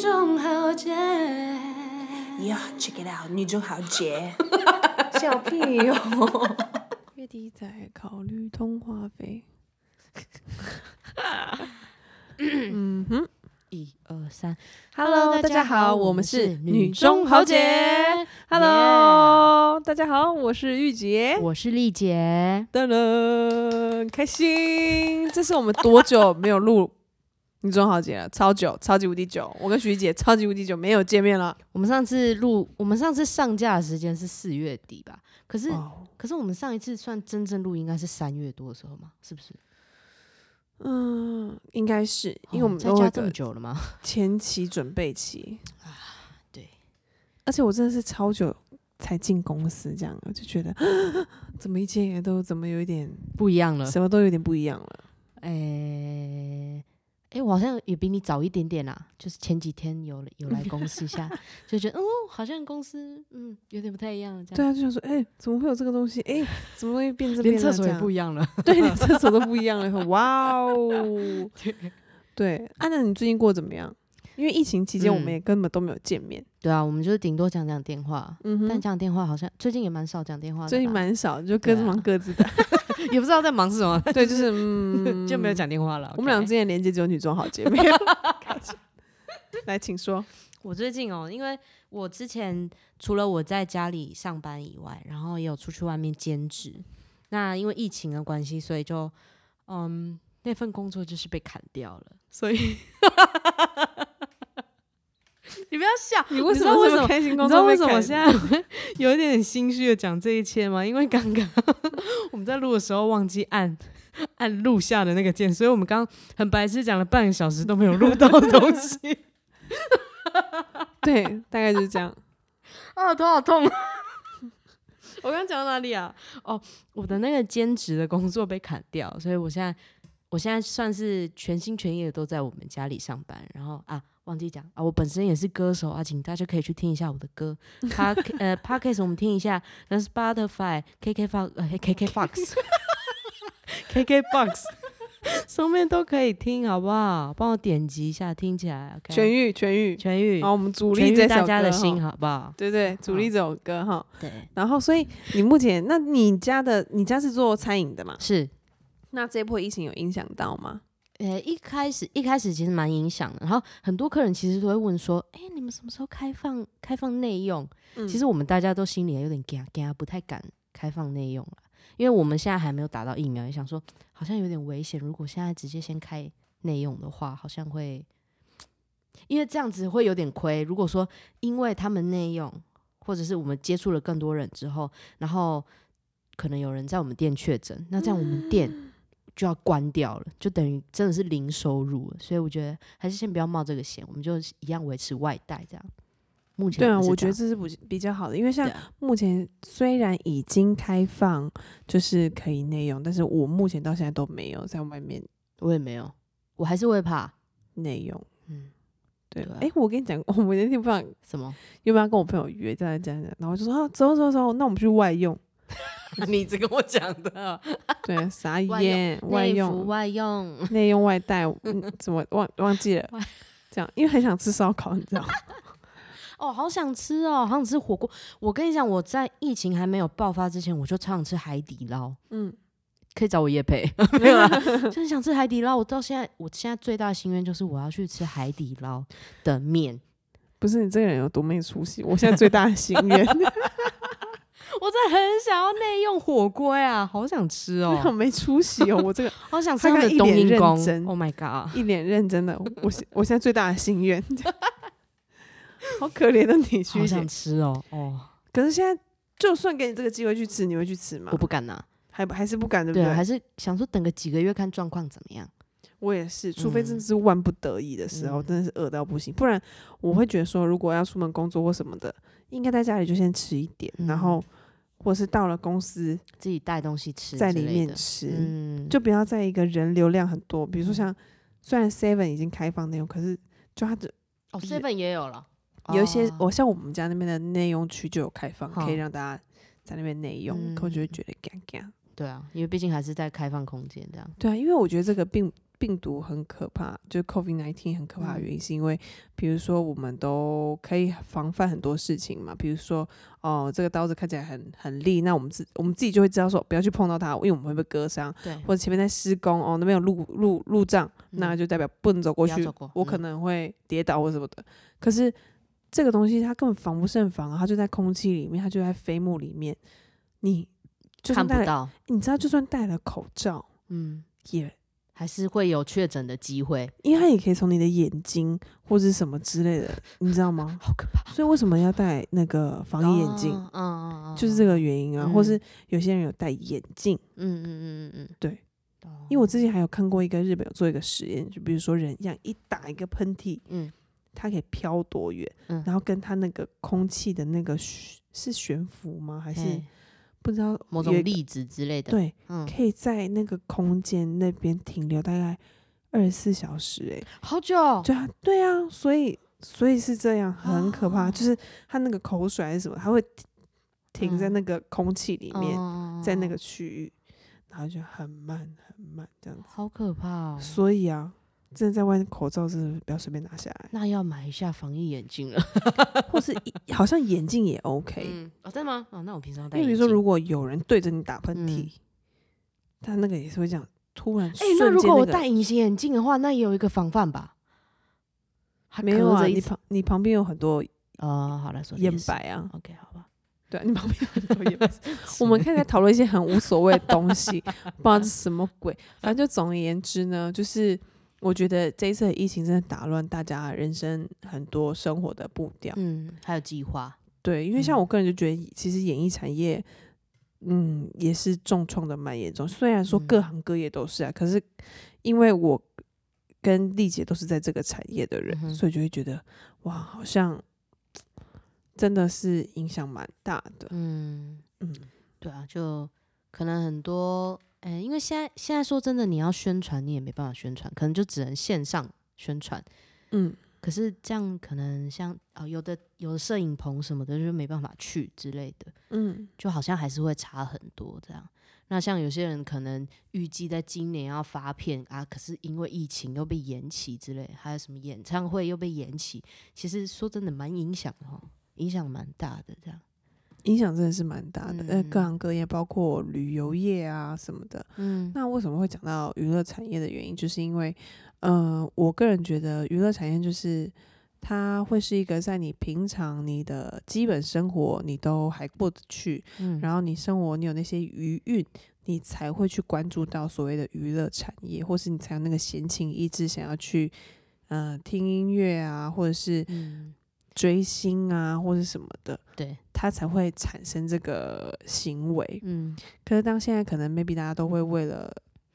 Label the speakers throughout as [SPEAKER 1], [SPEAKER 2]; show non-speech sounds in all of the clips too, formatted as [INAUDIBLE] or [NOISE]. [SPEAKER 1] 中豪杰。
[SPEAKER 2] Yeah, check it out，女中豪杰。
[SPEAKER 1] 笑屁哦！
[SPEAKER 3] 月底再考虑通话费。嗯哼
[SPEAKER 4] 一二三
[SPEAKER 3] ，Hello，大家好，我们是女中豪杰。Hello，大家好，我是玉洁。
[SPEAKER 4] 我是丽姐，
[SPEAKER 3] 噔噔，开心！这是我们多久没有录女中豪杰了？超久，超级无敌久。我跟徐姐超级无敌久没有见面了。
[SPEAKER 4] 我们上次录，我们上次上架的时间是四月底吧？可是，
[SPEAKER 3] 哦
[SPEAKER 4] 可是我们上一次算真正录应该是三月多的时候嘛，是不是？
[SPEAKER 3] 嗯，应该是因为
[SPEAKER 4] 哦
[SPEAKER 3] 我们
[SPEAKER 4] 在
[SPEAKER 3] 都有
[SPEAKER 4] 家
[SPEAKER 3] 一
[SPEAKER 4] 这么
[SPEAKER 3] 个
[SPEAKER 4] 久了吗？
[SPEAKER 3] 前期准备期。
[SPEAKER 4] 啊对，
[SPEAKER 3] 而且我真的是超久才进公司，这样我就觉得 [GASPS] 怎么一切也都怎么有一点
[SPEAKER 4] [LAUGHS] 不一样了。
[SPEAKER 3] 什么都有点不一样了。
[SPEAKER 4] 诶诶，我好像也比你早一点点啦、就是前几天有有来公司一下，就觉得嗯，好像公司嗯有点不太一样了，这
[SPEAKER 3] 对
[SPEAKER 4] 样。
[SPEAKER 3] 啊，就想说，哎、怎么会有这个东西？哎、怎么会变这边
[SPEAKER 4] 连
[SPEAKER 3] 了？[LAUGHS]
[SPEAKER 4] 厕所也
[SPEAKER 3] 这样
[SPEAKER 4] 不一样了。
[SPEAKER 3] 对，连厕所都不一样了。
[SPEAKER 4] [LAUGHS]
[SPEAKER 3] 哇哦！对，安、娜，你最近过得怎么样？因为疫情期间，我们
[SPEAKER 4] 嗯
[SPEAKER 3] 也根本都没有见面。
[SPEAKER 4] [LAUGHS] 对啊，我们就是顶多讲讲电话，
[SPEAKER 3] 嗯
[SPEAKER 4] 但
[SPEAKER 3] 哼，
[SPEAKER 4] 讲电话好像最近也蛮少讲电话的啦，
[SPEAKER 3] 最近蛮少，就各
[SPEAKER 4] 对
[SPEAKER 3] 自
[SPEAKER 4] 啊
[SPEAKER 3] 忙各自的。
[SPEAKER 4] [LAUGHS] 也不知道在忙什么，
[SPEAKER 3] 对，就是嗯，
[SPEAKER 4] [LAUGHS] 就没有。讲电话了。
[SPEAKER 3] 我们俩之
[SPEAKER 4] OK
[SPEAKER 3] 间的连接只有女中豪杰， [LAUGHS] 没有。来，请说。
[SPEAKER 4] 我最近哦，因为我之前除了我在家里上班以外，然后也有出去外面兼职。那因为疫情的关系，所以就嗯，那份工作就是被砍掉了。 [LAUGHS] 所以你不要笑，
[SPEAKER 3] 啊你
[SPEAKER 4] 为什么
[SPEAKER 3] 为
[SPEAKER 4] 这
[SPEAKER 3] 什么
[SPEAKER 4] 么
[SPEAKER 3] 开心
[SPEAKER 4] 你
[SPEAKER 3] 工
[SPEAKER 4] 知道
[SPEAKER 3] 作
[SPEAKER 4] 为
[SPEAKER 3] 被
[SPEAKER 4] 什
[SPEAKER 3] 砍？
[SPEAKER 4] 么我现在 [LAUGHS] 会有一点点心虚的讲这一切吗？因为刚 [LAUGHS] 刚我们在录的时候忘记按 [LAUGHS] 按录下的那个键，所以我们刚刚很白痴讲了半个小时都没有录到东西。
[SPEAKER 3] 对，大概就是这 [LAUGHS] 样。
[SPEAKER 4] 啊，头好痛！ [LAUGHS] 我刚讲到哪里啊？哦，我的那个兼职的工作被砍掉，所以我现在我现在算是全心全意的都在我们家里上班。然后啊，忘记讲啊，我本身也是歌手啊，请大家可以去听一下我的 [LAUGHS] 歌。他呃 p o d c a s t 我们听一下，那 Spotify、KK Fox、呃、KK [LAUGHS] Fox、KK [LAUGHS] Box 上面都可以听，好不好？帮我点击一下，听起来。OK，
[SPEAKER 3] 痊愈，痊愈。
[SPEAKER 4] 痊愈
[SPEAKER 3] 好，，我们主
[SPEAKER 4] 痊
[SPEAKER 3] 力这首
[SPEAKER 4] 愈大
[SPEAKER 3] 歌
[SPEAKER 4] 家的
[SPEAKER 3] 哈
[SPEAKER 4] 心，好不好？
[SPEAKER 3] 对对，主力这首歌哈。
[SPEAKER 4] 对，
[SPEAKER 3] 然后，所以你目前，那你家的，你家是做餐饮的嘛？
[SPEAKER 4] 是。
[SPEAKER 3] 那这一波疫情有影响到吗？
[SPEAKER 4] 呃，一开始一开始其实蛮影响的，然后很多客人其实都会问说，哎、你们什么时候开放开放内用？
[SPEAKER 3] 嗯
[SPEAKER 4] 其实我们大家都心里有点嘎嘎，不太敢开放内用了，因为我们现在还没有打到疫苗，也想说好像有点危险，如果现在直接先开内用的话，好像会，因为这样子会有点亏。如果说因为他们内用，或者是我们接触了更多人之后，然后可能有人在我们店确诊，那这样我们店。
[SPEAKER 3] 嗯
[SPEAKER 4] 就要关掉了，就等于真的是零收入了。所以我觉得还是先不要冒这个险，我们就一样维持外带这样。目前
[SPEAKER 3] 对啊，
[SPEAKER 4] 还是
[SPEAKER 3] 我
[SPEAKER 4] 这
[SPEAKER 3] 觉得
[SPEAKER 4] 样
[SPEAKER 3] 这是不比较好的，因为像
[SPEAKER 4] 对啊
[SPEAKER 3] 目前虽然已经开放，就是可以内用，但是我目前到现在都没有在外面
[SPEAKER 4] 我也没有，我还是会怕。
[SPEAKER 3] 内用。
[SPEAKER 4] 嗯，
[SPEAKER 3] 对
[SPEAKER 4] 对啊，
[SPEAKER 3] 哎、我跟你讲， [LAUGHS] 我们那天不想
[SPEAKER 4] 什么？ [LAUGHS]
[SPEAKER 3] 有没有跟我朋友约在这样讲，然后我就说啊，走走走，那我们去外用。
[SPEAKER 4] 你只跟我讲的
[SPEAKER 3] 对，傻
[SPEAKER 4] [LAUGHS] 外用
[SPEAKER 3] 眼，外
[SPEAKER 4] 内服
[SPEAKER 3] 用
[SPEAKER 4] 外用，
[SPEAKER 3] 内用外
[SPEAKER 4] [LAUGHS]
[SPEAKER 3] 带，嗯，怎么忘忘记了
[SPEAKER 4] 外？
[SPEAKER 3] 这样，因为很想吃烧烤，你知道吗？ [LAUGHS]
[SPEAKER 4] 哦，好想吃哦，好想吃火锅。我跟你讲，我在疫情还没有爆发之前，我就超想吃海底捞，
[SPEAKER 3] 嗯，
[SPEAKER 4] 可以找我叶 [LAUGHS] 配， [LAUGHS] 没有啦，就很想吃海底捞。我到现在，我现在最大的心愿就是我要去吃海底捞的面。
[SPEAKER 3] [LAUGHS] 不是你这个人有多没出息，我现在最大的心
[SPEAKER 4] [LAUGHS]
[SPEAKER 3] 愿，
[SPEAKER 4] 我真的很想要内用火锅呀、好想吃
[SPEAKER 3] [LAUGHS] 你好
[SPEAKER 4] 哦，
[SPEAKER 3] 没出息哦，我这个
[SPEAKER 4] 好想吃
[SPEAKER 3] 他
[SPEAKER 4] 他们
[SPEAKER 3] 刚
[SPEAKER 4] 的
[SPEAKER 3] 一
[SPEAKER 4] 冬
[SPEAKER 3] 脸
[SPEAKER 4] 阴
[SPEAKER 3] 认
[SPEAKER 4] 功
[SPEAKER 3] 真。
[SPEAKER 4] Oh my god！
[SPEAKER 3] 一脸认真的，我现我现在最大的心愿， [LAUGHS] 好可怜的你，
[SPEAKER 4] 好
[SPEAKER 3] 徐姐
[SPEAKER 4] 想。吃哦，哦，
[SPEAKER 3] 可是现在就算给你这个机会去吃，你会去吃吗
[SPEAKER 4] 我？不敢拿。
[SPEAKER 3] 还还是不嗯敢，对不
[SPEAKER 4] 对
[SPEAKER 3] 对？
[SPEAKER 4] 啊，还是想说等个几个月看状况怎么样。
[SPEAKER 3] 我也是，除非真
[SPEAKER 4] 嗯
[SPEAKER 3] 的是万不得已的时候，
[SPEAKER 4] 嗯
[SPEAKER 3] 真的是饿到不行，不然我会觉得说，如果要出门工作或什么的，应该在家里就先吃一点，
[SPEAKER 4] 嗯
[SPEAKER 3] 然后或是到了公司
[SPEAKER 4] 自己带东西吃，
[SPEAKER 3] 在里面，吃，
[SPEAKER 4] 嗯，
[SPEAKER 3] 就不要在一个人流量很多，比如说
[SPEAKER 4] 嗯
[SPEAKER 3] 像虽然 Seven 已经开放内容，可是就它的
[SPEAKER 4] 哦
[SPEAKER 3] 比
[SPEAKER 4] ，seven 也有了，
[SPEAKER 3] 有一些，
[SPEAKER 4] 哦
[SPEAKER 3] 我像我们家那边的内用区就有开放，可以
[SPEAKER 4] 好
[SPEAKER 3] 让大家在那边内用，可我就会
[SPEAKER 4] 嗯
[SPEAKER 3] 觉得尴尬。
[SPEAKER 4] 对啊，因为毕竟还是在开放空间这样，
[SPEAKER 3] 对啊，因为我觉得这个并病毒很可怕，就是 COVID nineteen 很可
[SPEAKER 4] 嗯
[SPEAKER 3] 怕的原因，是因为比如说我们都可以防范很多事情嘛，比如说哦，这个刀子看起来很很利，那我们自我们自己就会知道说不要去碰到它，因为我们会被割伤，
[SPEAKER 4] 对，
[SPEAKER 3] 或者前面在施工哦，那边有路路路障，
[SPEAKER 4] 嗯
[SPEAKER 3] 那就代表不能走过
[SPEAKER 4] 不要
[SPEAKER 3] 去，
[SPEAKER 4] 走过嗯
[SPEAKER 3] 我可能会跌倒或什么的。可是这个东西它根本防不胜防啊，它就在空气里面，它就在飞沫里面，你就
[SPEAKER 4] 看
[SPEAKER 3] 算戴了，
[SPEAKER 4] 不到，
[SPEAKER 3] 你知道，就算戴了口罩
[SPEAKER 4] 嗯，
[SPEAKER 3] 也。
[SPEAKER 4] 还是会有确诊的机会，
[SPEAKER 3] 因为它也可以从你的眼睛或者什么之类的，你知道吗？
[SPEAKER 4] 好可怕。
[SPEAKER 3] 所以为什么要戴那个防疫眼镜，
[SPEAKER 4] 嗯嗯嗯，
[SPEAKER 3] 就是这个原因啊。
[SPEAKER 4] 嗯
[SPEAKER 3] 或是有些人有戴眼镜，
[SPEAKER 4] 嗯，嗯嗯嗯嗯嗯，
[SPEAKER 3] 对
[SPEAKER 4] 哦，
[SPEAKER 3] 因为我之前还有看过一个日本有做一个实验，就比如说人一样一打一个喷嚏，
[SPEAKER 4] 嗯
[SPEAKER 3] 它可以飘多远，
[SPEAKER 4] 嗯
[SPEAKER 3] 然后跟它那个空气的那个悬是悬浮吗？还是
[SPEAKER 4] 嘿
[SPEAKER 3] 不知道
[SPEAKER 4] 某
[SPEAKER 3] 有
[SPEAKER 4] 种
[SPEAKER 3] 一个
[SPEAKER 4] 粒子之类的，，
[SPEAKER 3] 对，
[SPEAKER 4] 嗯，
[SPEAKER 3] 可以在那个空间那边停留大概二十四小时、欸，
[SPEAKER 4] 好久哦，
[SPEAKER 3] 对啊，对啊，所以所以是这样，很可怕。
[SPEAKER 4] 哦
[SPEAKER 3] 就是它那个口水还是什么，它会停停在
[SPEAKER 4] 嗯
[SPEAKER 3] 那个空气里面，
[SPEAKER 4] 嗯
[SPEAKER 3] 在那个区域，然后就很慢很慢这样子。
[SPEAKER 4] 好可怕哦。
[SPEAKER 3] 所以啊，真的在外面口罩真的不要随便拿下
[SPEAKER 4] [LAUGHS]
[SPEAKER 3] 来，
[SPEAKER 4] 那要买一下防疫眼镜了。
[SPEAKER 3] 或是一好像眼镜也 OK，、
[SPEAKER 4] 嗯，哦，真的吗？哦，那我平常戴
[SPEAKER 3] 因为
[SPEAKER 4] 眼
[SPEAKER 3] 比
[SPEAKER 4] 镜。
[SPEAKER 3] 如说如果有人对着你打喷嚏，
[SPEAKER 4] 嗯
[SPEAKER 3] 他那个也是会这样突然
[SPEAKER 4] 哎
[SPEAKER 3] 瞬，间、
[SPEAKER 4] 那
[SPEAKER 3] 那
[SPEAKER 4] 如果我
[SPEAKER 3] 个
[SPEAKER 4] 戴隐形眼镜的话，那也有一个防范吧？还
[SPEAKER 3] 没有啊，
[SPEAKER 4] 隔着
[SPEAKER 3] 你
[SPEAKER 4] 一层
[SPEAKER 3] 旁你旁边有很多
[SPEAKER 4] 哦，好了，说的
[SPEAKER 3] 眼
[SPEAKER 4] 也是。
[SPEAKER 3] 白啊，
[SPEAKER 4] OK，好吧。
[SPEAKER 3] 对啊，你旁边有很多眼白。我们可以在讨论一些很无所谓的东西， [LAUGHS] 不知道是什么鬼。反正就总而言之呢，就是我觉得这一次的疫情真的打乱大家人生很多生活的步调。
[SPEAKER 4] 嗯，还有计划，
[SPEAKER 3] 对，因为像
[SPEAKER 4] 嗯
[SPEAKER 3] 我个人就觉得，其实演艺产业，嗯，也是重创的蛮严重。虽然说
[SPEAKER 4] 嗯
[SPEAKER 3] 各行各业都是啊，可是因为我跟丽姐都是在这个产业的人，
[SPEAKER 4] 嗯哼
[SPEAKER 3] 所以就会觉得哇，好像真的是影响蛮大的。
[SPEAKER 4] 嗯，
[SPEAKER 3] 嗯，
[SPEAKER 4] 对啊，就可能很多，嗯、因为现在现在说真的，你要宣传你也没办法宣传，可能就只能线上宣传。
[SPEAKER 3] 嗯，
[SPEAKER 4] 可是这样可能像啊、有的有的摄影棚什么的就没办法去之类的，
[SPEAKER 3] 嗯，
[SPEAKER 4] 就好像还是会差很多这样。那像有些人可能预计在今年要发片啊，可是因为疫情又被延期之类，还有什么演唱会又被延期，其实说真的蛮影响的哈，影响蛮大的这样。
[SPEAKER 3] 影响真的是蛮大的，呃，
[SPEAKER 4] 嗯
[SPEAKER 3] 各行各业，包括旅游业啊什么的。
[SPEAKER 4] 嗯
[SPEAKER 3] 那为什么会讲到娱乐产业的原因，就是因为，呃，我个人觉得娱乐产业就是它会是一个在你平常你的基本生活你都还过得去，
[SPEAKER 4] 嗯
[SPEAKER 3] 然后你生活你有那些余韵，你才会去关注到所谓的娱乐产业，或是你才有那个闲情逸致想要去，呃，听音乐啊，或者是
[SPEAKER 4] 嗯，
[SPEAKER 3] 追星啊，或是什么的。
[SPEAKER 4] 对，
[SPEAKER 3] 它才会产生这个行为。
[SPEAKER 4] 嗯
[SPEAKER 3] 可是当现在可能 maybe 大家都会为了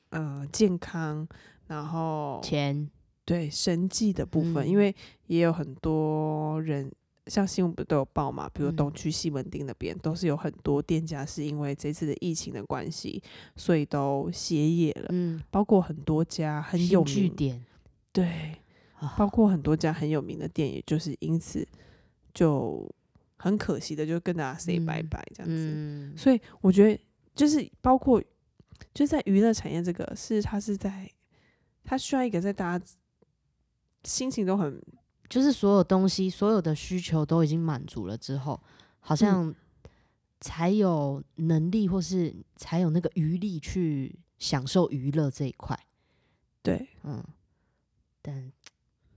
[SPEAKER 3] 呃健康，然后
[SPEAKER 4] 钱，
[SPEAKER 3] 对生计的部分，
[SPEAKER 4] 嗯
[SPEAKER 3] 因为也有很多人。像新闻不都有报嘛？比如
[SPEAKER 4] 嗯
[SPEAKER 3] 东区西门町那边、都是有很多店家是因为这次的疫情的关系，所以都歇业了。
[SPEAKER 4] 嗯，
[SPEAKER 3] 包括很多家很
[SPEAKER 4] 新
[SPEAKER 3] 有
[SPEAKER 4] 据
[SPEAKER 3] 名，
[SPEAKER 4] 点
[SPEAKER 3] 对，
[SPEAKER 4] 啊，
[SPEAKER 3] 包括很多家很有名的店，也就是因此就很可惜的，就跟大家 say
[SPEAKER 4] 嗯
[SPEAKER 3] 拜拜这样子。
[SPEAKER 4] 嗯，
[SPEAKER 3] 所以我觉得就是包括就是在娱乐产业这个是它是在它需要一个在大家心情都很
[SPEAKER 4] 就是所有东西，所有的需求都已经满足了之后，好像才有能力，或是才有那个余力去享受娱乐这一块。
[SPEAKER 3] 对。
[SPEAKER 4] 嗯，但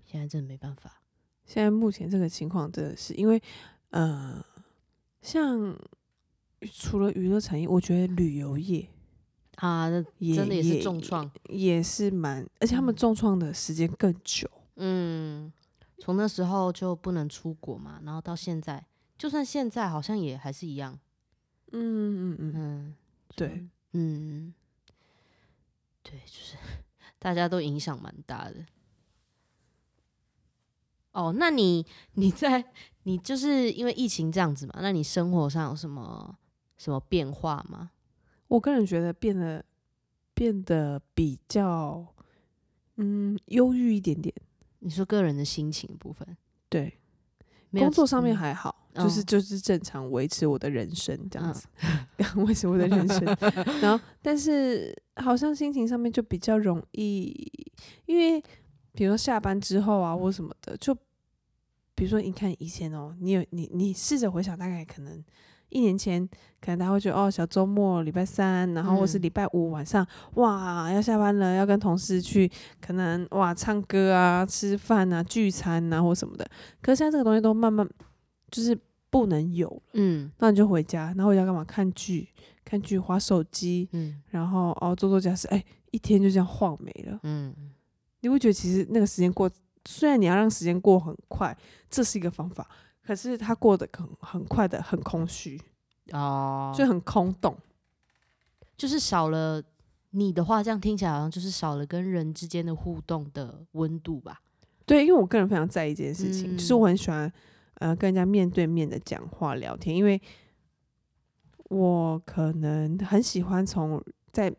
[SPEAKER 4] 现在真的没办法。
[SPEAKER 3] 现在目前这个情况真的是因为呃，像除了娱乐产业，我觉得旅游业
[SPEAKER 4] 啊，那
[SPEAKER 3] 也
[SPEAKER 4] 真的也是重，创。
[SPEAKER 3] 也是蛮，而且他们
[SPEAKER 4] 嗯
[SPEAKER 3] 重创的时间更久。
[SPEAKER 4] 嗯，从那时候就不能出国嘛，然后到现在，就算现在好像也还是一样。
[SPEAKER 3] 嗯嗯嗯，
[SPEAKER 4] 嗯，
[SPEAKER 3] 对
[SPEAKER 4] 就，嗯，对，就是 [LAUGHS] 大家都影响蛮大的。哦，那你你在你就是因为疫情这样子嘛？那你生活上有什么什么变化吗？
[SPEAKER 3] 我个人觉得变得变得比较嗯忧郁一点点。
[SPEAKER 4] 你说个人的心情的部分，
[SPEAKER 3] 对，
[SPEAKER 4] 没有
[SPEAKER 3] 工作上面
[SPEAKER 4] 嗯
[SPEAKER 3] 还好，就是
[SPEAKER 4] 哦
[SPEAKER 3] 就是正常维持我的人生这样
[SPEAKER 4] 嗯
[SPEAKER 3] 子， [LAUGHS] 维持
[SPEAKER 4] [LAUGHS]
[SPEAKER 3] 我的人生。然后，但是好像心情上面就比较容易因为比如说下班之后啊，或什么的，就比如说你看以前哦，你有你你试着回想，大概可能一年前，可能大家会觉得哦，小周末礼拜三，然后或是
[SPEAKER 4] 嗯
[SPEAKER 3] 礼拜五晚上，哇，要下班了，要跟同事去可能哇唱歌啊、吃饭啊、聚餐啊或什么的。可是现在这个东西都慢慢就是不能有，
[SPEAKER 4] 嗯
[SPEAKER 3] 那你就回家，然后回家干嘛？看剧，看剧，划手机，
[SPEAKER 4] 嗯
[SPEAKER 3] 然后哦做做家事，哎、一天就这样晃没了。
[SPEAKER 4] 嗯，
[SPEAKER 3] 你会觉得其实那个时间过，虽然你要让时间过很快，这是一个方法，可是它过得很很快的，很空虚，
[SPEAKER 4] 哦，
[SPEAKER 3] 就很空洞。
[SPEAKER 4] 就是少了你的话，这样听起来好像就是少了跟人之间的互动的温度吧。
[SPEAKER 3] 对，因为我个人非常在意这件事情，就是
[SPEAKER 4] 嗯
[SPEAKER 3] 我很喜欢呃跟人家面对面的讲话聊天，因为我可能很喜欢从在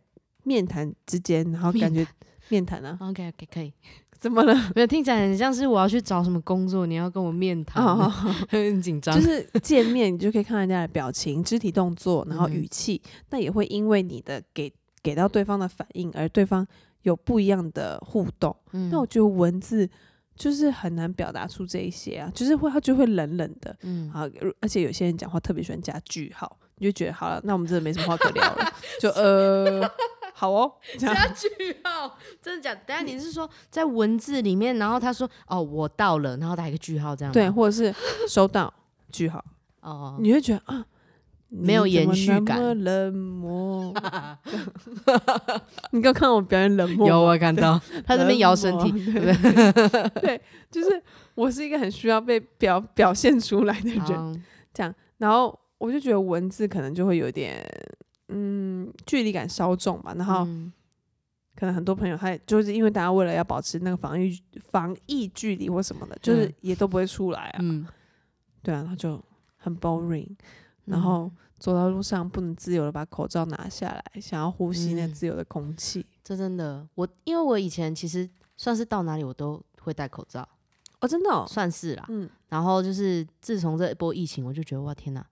[SPEAKER 3] 面谈之间，然后感觉面谈啊，
[SPEAKER 4] OK OK 可以，
[SPEAKER 3] 怎么了？
[SPEAKER 4] 没有听起来很像是我要去找什么工作，你要跟我面谈，
[SPEAKER 3] 哦
[SPEAKER 4] [LAUGHS] 很紧张。
[SPEAKER 3] 就是见面，你就可以看人家的表情、肢体动作，然后
[SPEAKER 4] 嗯
[SPEAKER 3] 语气，那、也会因为你的给给到对方的反应，而对方有不一样的互动。
[SPEAKER 4] 嗯
[SPEAKER 3] 那我觉得文字就是很难表达出这一些啊，就是会他就会冷冷的
[SPEAKER 4] 嗯
[SPEAKER 3] 啊，如而且有些人讲话特别喜欢加句号，你就觉得好了，那我们真的没什么话可聊了，就呃，好
[SPEAKER 4] [LAUGHS]
[SPEAKER 3] 哦，这样
[SPEAKER 4] 加句号，真的假的？等一下你是说在文字里面，然后他说哦我到了，然后打一个句号这样吗？
[SPEAKER 3] 对，或者是收到句号，
[SPEAKER 4] 哦，
[SPEAKER 3] 你会觉得啊。
[SPEAKER 4] 没有
[SPEAKER 3] 你怎么
[SPEAKER 4] 延续感
[SPEAKER 3] 那么冷漠。
[SPEAKER 4] [LAUGHS]
[SPEAKER 3] 你刚看我表演冷漠吗，
[SPEAKER 4] 有我看到 [LAUGHS] 他在那边摇身体，
[SPEAKER 3] 体，对对对 [LAUGHS] 对，就是我是一个很需要被表表现出来
[SPEAKER 4] [LAUGHS]
[SPEAKER 3] 的人，
[SPEAKER 4] 嗯
[SPEAKER 3] 这样，然后我就觉得文字可能就会有点，嗯，距离感稍重吧。然后
[SPEAKER 4] 嗯
[SPEAKER 3] 可能很多朋友他也就是因为大家为了要保持那个防疫防疫距离或什么的，就是
[SPEAKER 4] 嗯
[SPEAKER 3] 也都不会出来啊，
[SPEAKER 4] 嗯，
[SPEAKER 3] 对啊，然后就很 boring，然
[SPEAKER 4] 嗯
[SPEAKER 3] 后。走到路上不能自由的把口罩拿下来，想要呼吸那
[SPEAKER 4] 嗯
[SPEAKER 3] 自由的空气。
[SPEAKER 4] 这真的，我因为我以前其实算是到哪里我都会戴口罩，
[SPEAKER 3] 哦，真的、哦，
[SPEAKER 4] 算是啦。
[SPEAKER 3] 嗯，
[SPEAKER 4] 然后就是自从这一波疫情，我就觉得哇天哪，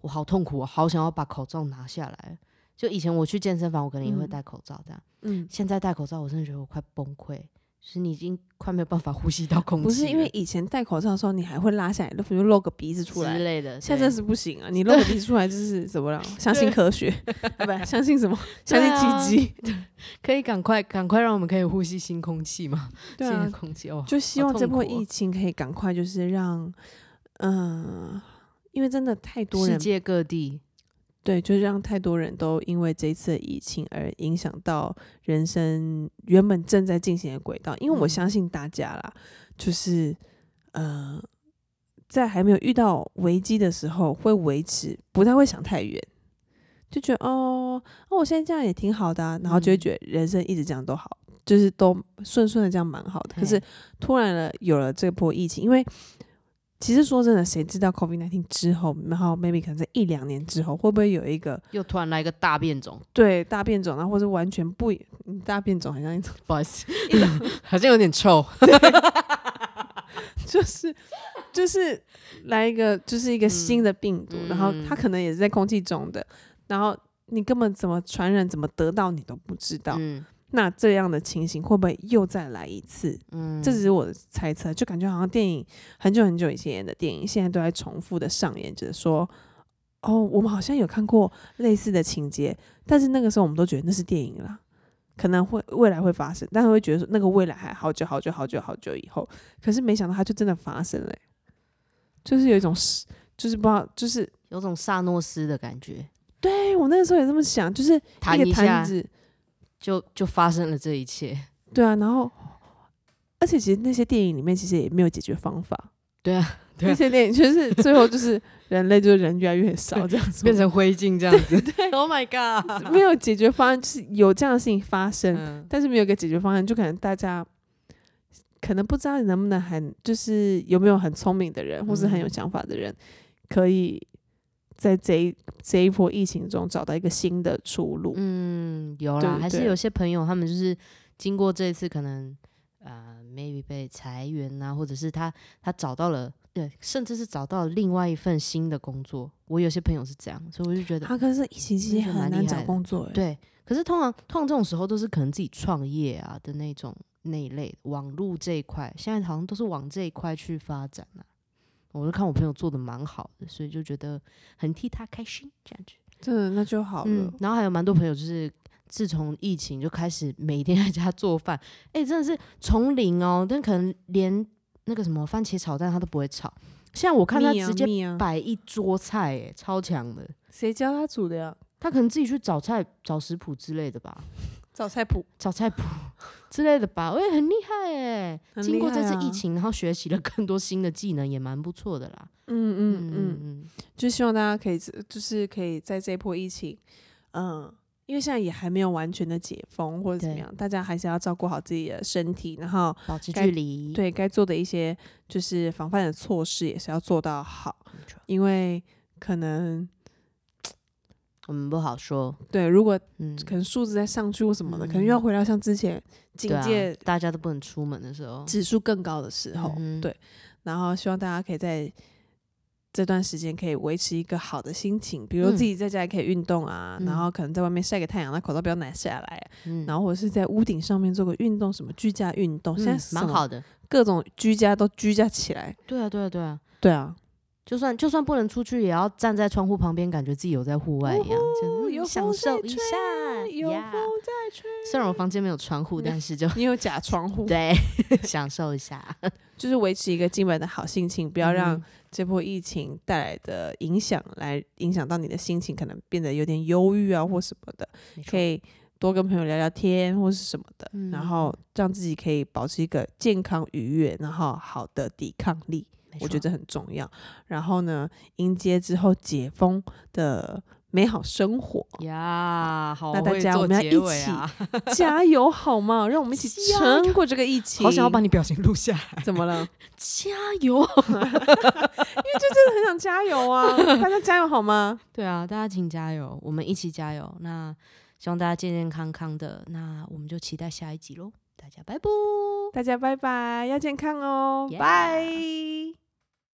[SPEAKER 4] 我好痛苦啊，好想要把口罩拿下来。就以前我去健身房，我可能也会
[SPEAKER 3] 嗯
[SPEAKER 4] 戴口罩这样，
[SPEAKER 3] 嗯，
[SPEAKER 4] 现在戴口罩，我真的觉得我快崩溃，就是你已经快没有办法呼吸到空气了，
[SPEAKER 3] 不是因为以前戴口罩的时候，你还会拉下来，比如露个鼻子出
[SPEAKER 4] 之
[SPEAKER 3] 来。
[SPEAKER 4] 类的。
[SPEAKER 3] 现在
[SPEAKER 4] 对
[SPEAKER 3] 真是不行啊！你露个鼻子出来就是怎
[SPEAKER 4] [LAUGHS]
[SPEAKER 3] 么了？相信科学，啊不，相信什么？相
[SPEAKER 4] 对啊
[SPEAKER 3] 信奇迹。
[SPEAKER 4] 可以赶快赶快让我们可以呼吸新空气吗？
[SPEAKER 3] 对
[SPEAKER 4] 新
[SPEAKER 3] 啊
[SPEAKER 4] 的，空气哦，
[SPEAKER 3] 就希望
[SPEAKER 4] 好
[SPEAKER 3] 这
[SPEAKER 4] 痛
[SPEAKER 3] 波
[SPEAKER 4] 苦哦
[SPEAKER 3] 疫情可以赶快，就是让，嗯，因为真的太多
[SPEAKER 4] 世
[SPEAKER 3] 人，
[SPEAKER 4] 界各地
[SPEAKER 3] 对，就是让太多人都因为这一次的疫情而影响到人生原本正在进行的轨道。因为我
[SPEAKER 4] 嗯
[SPEAKER 3] 相信大家啦，就是，呃，在还没有遇到危机的时候，会维持不太会想太远，就觉得哦，那、我现在这样也挺好的、啊，然后就会
[SPEAKER 4] 嗯
[SPEAKER 3] 觉得人生一直这样都好，就是都顺顺的这样蛮好的。可是
[SPEAKER 4] 嘿
[SPEAKER 3] 突然了有了这波疫情，因为其实说真的，谁知道 COVID 1 9之后，然后 maybe 可能在一两年之后，会不会有一
[SPEAKER 4] [LAUGHS]
[SPEAKER 3] 个
[SPEAKER 4] 又突然来一个大变种，
[SPEAKER 3] 对大变种，然啊后或者完全不一嗯大变种，好像一种 [LAUGHS]
[SPEAKER 4] 不好意思，好像有点臭。
[SPEAKER 3] 就是就是来一个就是一个新的病毒，然后它
[SPEAKER 4] 嗯
[SPEAKER 3] 可能也是在空气中的，然后你根本怎么传染、怎么得到你都不知道。
[SPEAKER 4] 嗯
[SPEAKER 3] 那这样的情形会不会又再来一次？
[SPEAKER 4] 嗯，
[SPEAKER 3] 这只是我的猜测，就感觉好像电影很久很久以前的电影，现在都在重复的上演着说，哦，我们好像有看过类似的情节，但是那个时候我们都觉得那是电影啦，可能会未来会发生，但是会觉得说那个未来还好久好久好久好久以后，可是没想到它就真的发生了欸、就是有一种是，就是不知道，就是
[SPEAKER 4] 有种萨诺斯的感觉，
[SPEAKER 3] 哎、我那个时候也这么想，就是
[SPEAKER 4] 弹
[SPEAKER 3] 一
[SPEAKER 4] 一
[SPEAKER 3] 个
[SPEAKER 4] 下
[SPEAKER 3] 摊子，
[SPEAKER 4] 就就发生了这一切。
[SPEAKER 3] 对啊，然后而且其实那些电影里面其实也没有解决方法，
[SPEAKER 4] 对啊，对
[SPEAKER 3] 那些电影
[SPEAKER 4] [LAUGHS]
[SPEAKER 3] 就是最后就是人类就是人越来越少这样子，
[SPEAKER 4] [LAUGHS] 变成灰烬这样 [LAUGHS] 子。Oh my god！
[SPEAKER 3] 没有解决方案，就是有这样的事情发生，
[SPEAKER 4] 嗯
[SPEAKER 3] 但是没有一个解决方案，就可能大家可能不知道能不能很就是有没有很聪明的人，或是很有
[SPEAKER 4] 嗯
[SPEAKER 3] 想法的人，可以在这一这一波疫情中找到一个新的出路。
[SPEAKER 4] 嗯，有
[SPEAKER 3] 对
[SPEAKER 4] 啦，
[SPEAKER 3] 对
[SPEAKER 4] 还是有些朋友他们就是经过这一次，可能呃，maybe 被裁员啊，或者是他他找到了，对，甚至是找到了另外一份新的工作。我有些朋友是这样，所以我就觉得
[SPEAKER 3] 他啊可是疫情期
[SPEAKER 4] 嗯
[SPEAKER 3] 间
[SPEAKER 4] 那就
[SPEAKER 3] 很
[SPEAKER 4] 蛮
[SPEAKER 3] 难
[SPEAKER 4] 厉
[SPEAKER 3] 找
[SPEAKER 4] 害的
[SPEAKER 3] 工作、欸，
[SPEAKER 4] 对，可是通常通常这种时候都是可能自己创业啊的那种那一类的网络这一块，现在好像都是往这一块去发展啊。我就看我朋友做的蛮好的，所以就觉得很替他开心这样子。
[SPEAKER 3] 真的那就好了。
[SPEAKER 4] 嗯，然后还有蛮多朋友就是自从疫情就开始每天在家做饭，哎、真的是从零哦，但可能连那个什么番茄炒蛋他都不会炒。现在我看他
[SPEAKER 3] 蜜啊
[SPEAKER 4] 直接
[SPEAKER 3] 蜜啊
[SPEAKER 4] 摆一桌菜、哎，超强的。
[SPEAKER 3] 谁教他煮的呀？
[SPEAKER 4] 他可能自己去找菜、找食谱之类的吧，
[SPEAKER 3] 找菜谱，
[SPEAKER 4] 找菜谱 [LAUGHS] 之类的吧，喂、很厉害哎、
[SPEAKER 3] 很
[SPEAKER 4] 经过
[SPEAKER 3] 厉
[SPEAKER 4] 这次
[SPEAKER 3] 害
[SPEAKER 4] 疫
[SPEAKER 3] 啊
[SPEAKER 4] 情，然后学习了更多新的技能，也蛮不错的啦。
[SPEAKER 3] 嗯嗯嗯，
[SPEAKER 4] 嗯
[SPEAKER 3] 就希望大家可以就是可以在这一波疫情，嗯。因为现在也还没有完全的解封或者怎么
[SPEAKER 4] 对
[SPEAKER 3] 样，大家还是要照顾好自己的身体，然后
[SPEAKER 4] 保持
[SPEAKER 3] 该
[SPEAKER 4] 距离，，
[SPEAKER 3] 对该做的一些就是防范的措施也是要做到好
[SPEAKER 4] 没错，
[SPEAKER 3] 因为可能
[SPEAKER 4] 我们嗯不好说。
[SPEAKER 3] 对，如果
[SPEAKER 4] 嗯，
[SPEAKER 3] 可能数字在上去或什么的，可能
[SPEAKER 4] 嗯
[SPEAKER 3] 又要回到像之前警
[SPEAKER 4] 对啊
[SPEAKER 3] 戒
[SPEAKER 4] 大家都不能出门的时候，
[SPEAKER 3] 指数更高的时候，
[SPEAKER 4] 嗯哼
[SPEAKER 3] 对。然后希望大家可以在这段时间可以维持一个好的心情，比如
[SPEAKER 4] 嗯
[SPEAKER 3] 自己在家也可以运动啊，
[SPEAKER 4] 嗯
[SPEAKER 3] 然后可能在外面晒个太阳，那口罩不要拿下来啊、
[SPEAKER 4] 嗯
[SPEAKER 3] 然后或者是在屋顶上面做个运动，什么居家运动，现在
[SPEAKER 4] 嗯
[SPEAKER 3] 是什
[SPEAKER 4] 蛮
[SPEAKER 3] 么
[SPEAKER 4] 好的。
[SPEAKER 3] 各种居家都居家起来，
[SPEAKER 4] 对啊，对啊，对啊，
[SPEAKER 3] 对啊，
[SPEAKER 4] 就算就算不能出去，也要站在窗户旁边，感觉自己有在户外一样，
[SPEAKER 3] 呜呼
[SPEAKER 4] 就
[SPEAKER 3] 哦有
[SPEAKER 4] 是享
[SPEAKER 3] 风在
[SPEAKER 4] 受一
[SPEAKER 3] 吹
[SPEAKER 4] 下。
[SPEAKER 3] 有风
[SPEAKER 4] 呀
[SPEAKER 3] 在吹，
[SPEAKER 4] 虽然我房间没有窗户，但是就 [LAUGHS]
[SPEAKER 3] 你有假窗户，
[SPEAKER 4] 对 [LAUGHS] 享受一下，
[SPEAKER 3] 就是维持一个基本的好心情，不要让
[SPEAKER 4] 嗯
[SPEAKER 3] 这波疫情带来的影响，来影响到你的心情，可能变得有点忧郁啊或什么的，
[SPEAKER 4] 没错
[SPEAKER 3] 可以多跟朋友聊聊天或是什么的，
[SPEAKER 4] 嗯
[SPEAKER 3] 然后让自己可以保持一个健康愉悦，然后好的抵抗力，
[SPEAKER 4] 没
[SPEAKER 3] 我
[SPEAKER 4] 错
[SPEAKER 3] 觉得很重要。然后呢，迎接之后解封的美好生 [LAUGHS] 活，
[SPEAKER 4] 呀，好
[SPEAKER 3] 那
[SPEAKER 4] 会
[SPEAKER 3] 大家
[SPEAKER 4] 做
[SPEAKER 3] 我们要
[SPEAKER 4] 结
[SPEAKER 3] 一
[SPEAKER 4] 尾啊
[SPEAKER 3] 加油好吗？让我们一起
[SPEAKER 4] 是啊
[SPEAKER 3] 撑过这个疫
[SPEAKER 4] [LAUGHS]
[SPEAKER 3] 情。
[SPEAKER 4] 好想要把你表情录下来，
[SPEAKER 3] 怎么 [LAUGHS] 了？
[SPEAKER 4] 加油！
[SPEAKER 3] 很想加油 [LAUGHS] 啊！大家加油好吗？
[SPEAKER 4] 对啊，大家请加油，我们一起加油。那希望大家健健康康的，那我们就期待下一集喽，大家拜拜。
[SPEAKER 3] 大家拜拜，要健康哦，
[SPEAKER 4] Yeah
[SPEAKER 3] 拜。